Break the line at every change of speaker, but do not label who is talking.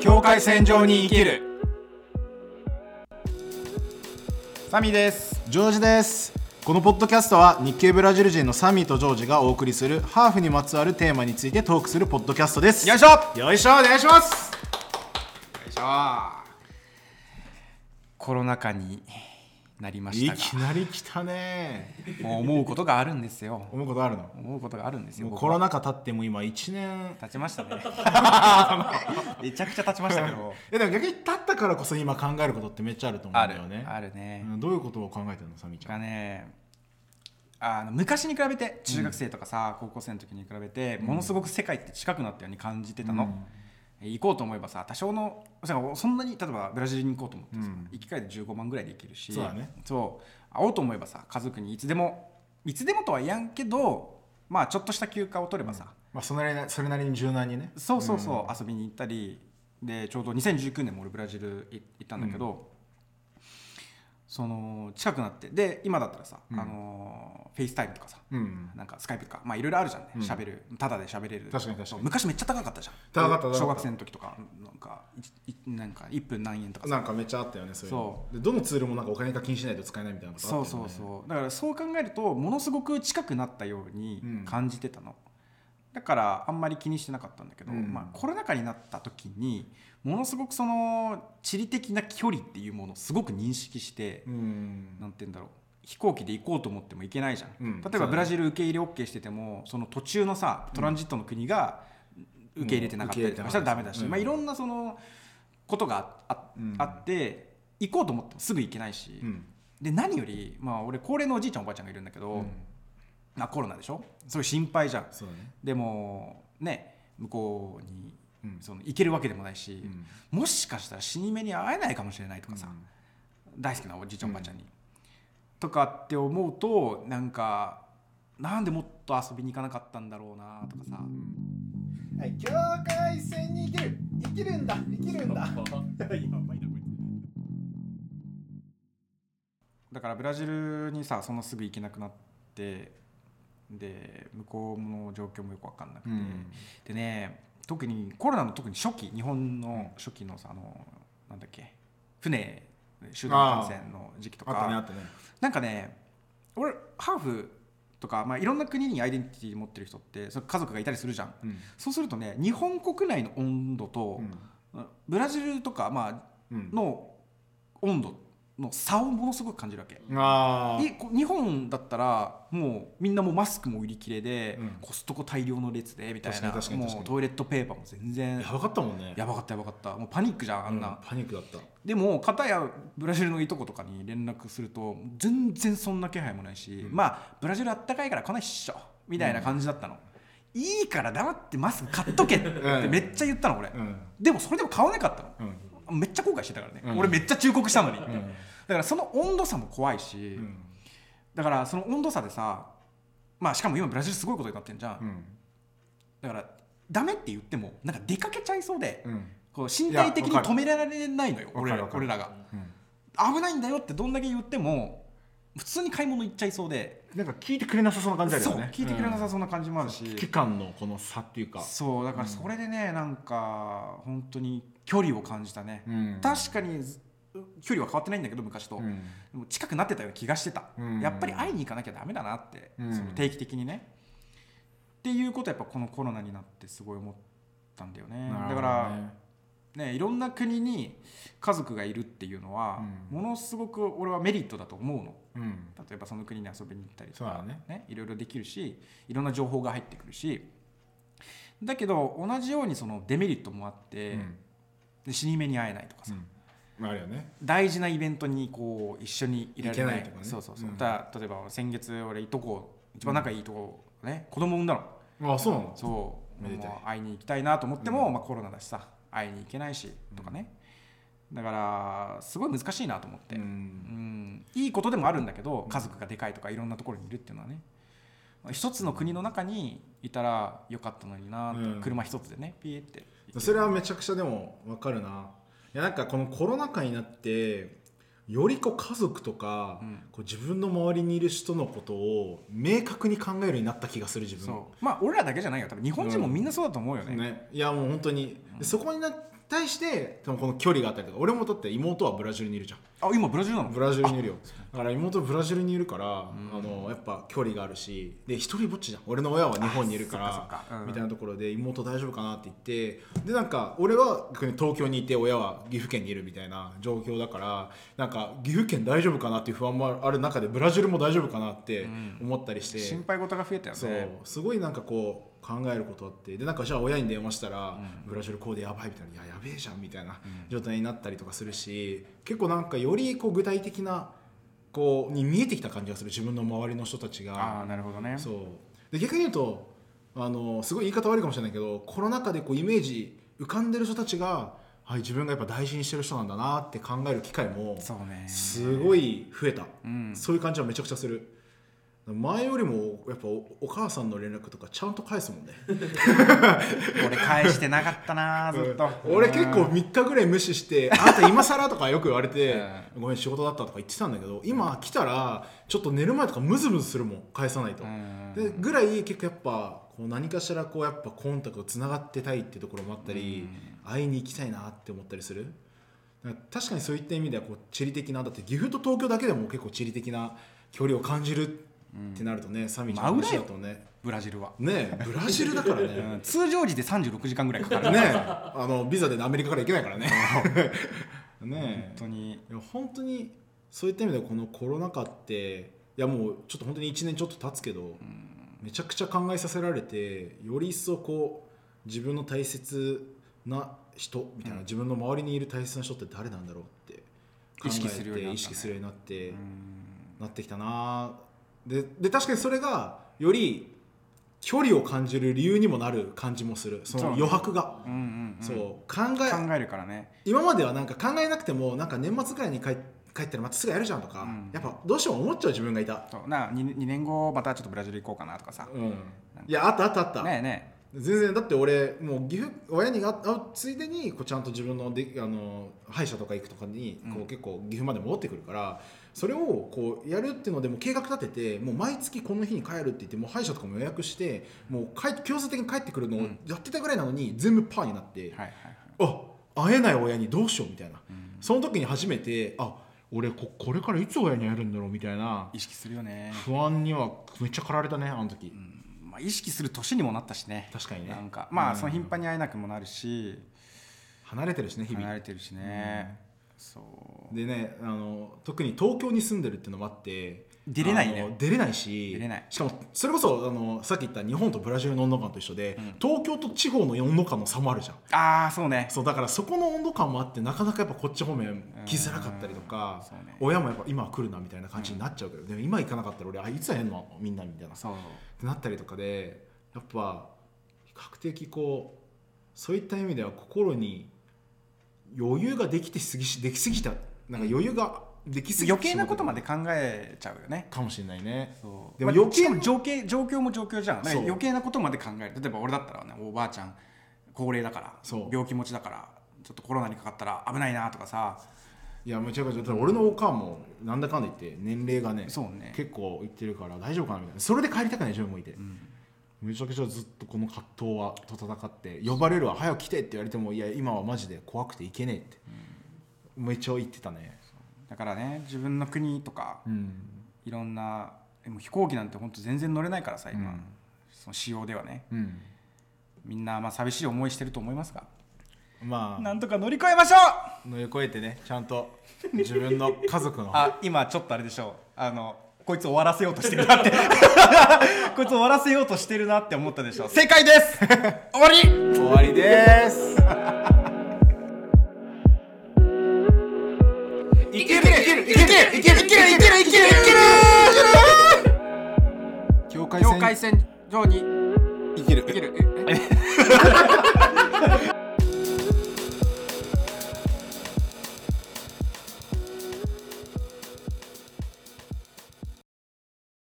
境界線上に生きる
サミーです
ジョージですこのポッドキャストは日系ブラジル人のサミーとジョージがお送りするハーフにまつわるテーマについてトークするポッドキャストです
よいしょよ
よいしょお願いします
いしょコロナ禍になりまし
い
た
き
が
なり来たね
もう思うことがあるんですよ
思うことあるの
思うことがあるんですよ
もう
僕
コ
は
ロナ禍経ってもう今1年
立ちましたね めちゃくちゃ立ちましたけど
えでも逆に経ったからこそ今考えることってめっちゃあると思う
あ
んだ
る
よね
あるね
うんどういうことを考えてるのサミーちゃ
が
ん
ねあの昔に比べて中学生とかさ、高校生の時に比べてものすごく世界って近くなったように感じてたの、え行こうと思えばさ多少のそそんなに例えばブラジルに行こうと思ってさ、
うん
行き帰りで15万ぐらいで行けるし
そうだね
そう会おうと思えばさ家族にいつでもいつでもとは言わんけどまあちょっとした休暇を取ればさ、
まあそれなりにそれなりに柔軟にね
そうそうそう、遊びに行ったりでちょうど2019年も俺ブラジルい行ったんだけど、その近くなってで今だったらさ、
うん
あのフェイスタイムとかさ
うん
なんかスカイプとかまあいろいろあるじゃんね
うん
喋、るただで喋れる
確かに確かに
昔めっちゃ高かったじゃん
高かった高かった
小学生の時とかなんかいいなんか1分何円とかさ
なんかめっちゃあったよねそういうのでどのツールもなんかお金課金しないと使えないみたいなことあった
そ
よ
う
ね
そうそうだからそう考えるとものすごく近くなったように
うん
感じてたの、だからあんまり気にしてなかったんだけど、
うん
まあ、コロナ禍になった時にものすごくその地理的な距離っていうものをすごく認識して、
うん
なんて言うんだろう飛行機で行こうと思っても行けないじゃん、
うん
例
そう
え
だ
ば
ね
ブラジル受け入れ OK しててもその途中のさトランジットの国が受け入れてなかったりとかしたらダメだし、
うん
まあ、いろんなそのことがああ,、
うん
あって行こうと思ってもすぐ行けないし、
うん
で何より、まあ、俺高齢のおじいちゃんおばあちゃんがいるんだけど、まあ、コロナでしょすごい心配じゃん
そうだね
でもね向こうに、
うん
その行けるわけでもないし
う、ん
もしかしたら死に目に会えないかもしれないとかさ、大好きなおじいちゃんおばあちゃんに、とかって思うとなんかなんでもっと遊びに行かなかったんだろうなとかさ、
はい、境界線に生きる生きるんだ生きる んだ
だからブラジルにさそんなすぐ行けなくなってで向こうの状況もよく分かんなくて、
うん
でね特にコロナの特に初期日本の初期のさあのなんだっけ船集団感染の時期と
あったね
か
あったね
なんかね俺ハーフとか、まあ、いろんな国にアイデンティティ持ってる人ってその家族がいたりするじゃん
うん
そうするとね日本国内の温度と、ブラジルとか、ま
うん
あの温度の差をものすごく感じるわけ。
あー
でこう日本だったらもうみんなもうマスクも売り切れで、
うん
コストコ大量の列でみたいな
確かに確かに確かに
もうトイレットペーパーも全然
やばかったもんね
やばかったやばかったもうパニックじゃんあんな、
うパニックだった
でも片やブラジルのいとことかに連絡すると全然そんな気配もないし、
うん
まあブラジルあったかいから来ないっしょみたいな感じだったの、いいから黙ってマスク買っとけってめっちゃ言ったの俺、
うん
でもそれでも買わなかったの
うん
めっちゃ後悔してたからね、
うん
俺めっちゃ忠告したのに、だ
ん
からその温度差も怖いし、
うん
だからその温度差でさまあしかも今ブラジルすごいことになってんじゃん、
うん
だからダメって言ってもなんか出かけちゃいそうで、
うん
こう身体的
い
に
やわ
止
かる
められないのよ
わ
俺
かる
ら
わかる
俺らが、
うん
危ないんだよってどんだけ言っても普通に買い物行っちゃいそうで、
なんか聞いてくれなさそうな感じある
そう
よね
聞いてくれなさそうな感じもあるし、
うん危機感のこの差っていうか
そうだからそれでねなんか本当に距離を感じたね、確かにず距離は変わってないんだけど昔と、
にうん
でも近くなってたような気がしてた、
うん
やっぱり会いに行かなきゃダメだなって、
うん
その定期的にねっていうことはやっぱこのコロナになってすごい思ったんだよね
なるほどね
だからねいろんな国に家族がいるっていうのは、
うん
ものすごく俺はメリットだと思うの
うん
例えばその国に遊びに行ったりと
そう
か
だね
ねいろいろできるしいろんな情報が入ってくるしだけど同じようにそのデメリットもあって、で死に目に会えないとかさ、
うんあるよね
大事なイベントにこう一緒にいられない
行けないとかね
そうそうそう、
うん
だ例えば先月俺いとこ一番仲いいとこね、子供産んだの
あそうなの
そう
めでたい
もう会いに行きたいなと思っても、
うん
まあ、コロナだしさ会いに行けないしとかね、だからすごい難しいなと思って、
う
うん
ん
いいことでもあるんだけど家族がでかいとかいろんなところにいるっていうのはね一つの国の中にいたらよかったのになって、
うん
車一つでねピエって
それはめちゃくちゃでも分かるないやなんかこのコロナ禍になってよりこう家族とか、
うん
こう自分の周りにいる人のことを明確に考えるようになった気がする自分
そうまあ俺らだけじゃないよ多分日本人もみんなそうだと思うよね、
ねいやもう本当に、でそこにな対してそのこの距離があったりとか俺もだって妹はブラジルにいるじゃん
あ今ブラジルなの
ブラジルにいるよだから妹ブラジルにいるから、あのやっぱ距離があるしで一人ぼっちじゃん俺の親は日本にいるから
あそっかそっかうん
みたいなところで妹大丈夫かなって言ってでなんか俺は逆に東京にいて親は岐阜県にいるみたいな状況だからなんか岐阜県大丈夫かなっていう不安もある中でブラジルも大丈夫かなって思ったりして、
心配事が増えたよ
そう
ね
すごいなんかこう考えることあってでなんかじゃあ親に電話したら、ブラジルこうでやばいみたいないややべえじゃんみたいな状態になったりとかするし結構なんかよりこう具体的なこうに見えてきた感じがする自分の周りの人たち
ああ
が
なるほどね
そうで逆に言うとあのすごい言い方悪いかもしれないけどコロナ禍でこうイメージ浮かんでる人たちが、はい、自分がやっぱ大事にしてる人なんだなって考える機会も
そうね
すごい増えた、
うん
そういう感じはめちゃくちゃする前よりもやっぱおお母さんの連絡とかちゃんと返すもんね
俺返してなかったなずっと
俺結
う
構
ん
3日ぐらい無 視して「あなた今更」とかよく言われて「ごめん仕事だった」とか言ってたんだけど今来たらちょっと寝る前とかムズムズするもん返さないと、
うん
でぐらい結構やっぱこう何かしらこうやっぱコンタクトつながってたいっていうところもあったり、会いに行きたいなって思ったりするだから確かにそういった意味ではこう地理的なだって岐阜と東京だけでも結構地理的な距離を感じるってなるとね、サミちゃんの話だとね
ブラジルは
ねえブラジルだからね、
うん通常時で36時間ぐらいかかる
ねえあのビザでアメリカから行けないからね ね
本
え
当に
いや本当にそういった意味ではこのコロナ禍っていやもうちょっと本当に1年ちょっと経つけど、めちゃくちゃ考えさせられてより一層こう自分の大切な人みたいな、自分の周りにいる大切な人って誰なんだろうって考えて
意識するようになったね
意識するようになって、
うん
なってきたなでで確かにそれがより距離を感じる理由にもなる感じもするその余白が。
うんうんうん
そう
考
考え
えるからね
今まではなんか考えなくてもなんか年末ぐらいに帰帰ったらまたすぐやるじゃんとか、
うん
やっぱどうしても思っちゃう自分がいた、
そうな 2, 二年後またちょっとブラジル行こうかなとかさ
うん、いやあったあったあった、
ねえね
全然だって俺もう岐阜親に会う会うついでにこうちゃんと自分のであの歯医者とか行くとかにこう、
うん
結構岐阜まで戻ってくるからそれをこうやるっていうのでもう計画立ててもう毎月この日に帰るって言ってもう歯医者とかも予約してもう帰強制的に帰ってくるのをやってたぐらいなのに、全部パーになって、
えはいはいはい
あ会えない親にどうしようみたいな、その時に初めてあ俺ここれからいつ親に会えるんだろうみたいな
意識するよね
不安にはめっちゃ駆られたねあの時、
まあ意識する年にもなったしね
確かにね
なんかま
う
あ
ん
その頻繁に会えなくもなるし
離れてるしね日々
離れてるしねそう
でねあの特に東京に住んでるっていうのもあって
出れないね
あの出れないし
出れない
しかもそれこそあのさっき言った日本とブラジルの温度感と一緒で、東京と地方の温度感の差もあるじゃん
ああそうね
そうだからそこの温度感もあってなかなかやっぱこっち方面来づらかったりとか
うん、そうね
親もやっぱ今は来るなみたいな感じになっちゃうけど、でも今行かなかったら俺あいつはえんのみんなみたいなさ
そう
ってなったりとかでやっぱ比較的こうそういった意味では心に余裕ができてすぎしできすぎたなんか余裕ができすぎて
余計なことま
で
で考えちゃうよね
かもしれないね
そう
で
で
も
も
余
余
計
計状況状況も状況じゃんだから
そう
余計なことまで考える例えば俺だったらねおばあちゃん高齢だから
そう
病気持ちだからちょっとコロナにかかったら危ないなとかさ
いやめちゃくちゃだから俺のおかんもなんだかんだ言って年齢がね
そうね
結構いってるから大丈夫かなみたいなそれで帰りたくない自分もいて、めちゃくちゃずっとこの葛藤はと戦って呼ばれるわ早く来てって言われてもいや今はマジで怖くて行けねえって、めっちゃ言ってたね
だからね自分の国とか
うん
いろんなでも飛行機なんて本当全然乗れないからさ今、
うん
その仕様ではね
うん
みんなまあ寂しい思いしてると思いますが
まあ
なんとか乗り越えましょう
乗り越えてねちゃんと自分の家族 の
あ今ちょっとあれでしょうあのこいつ終わらせようとしてるなって こいつ終わらせようとしてるなって思ったでしょう正解です 終わり
終わり ですいけるいけるいけるいけるいけるいけるいけるいける境界
境界線上に
生きる
生きる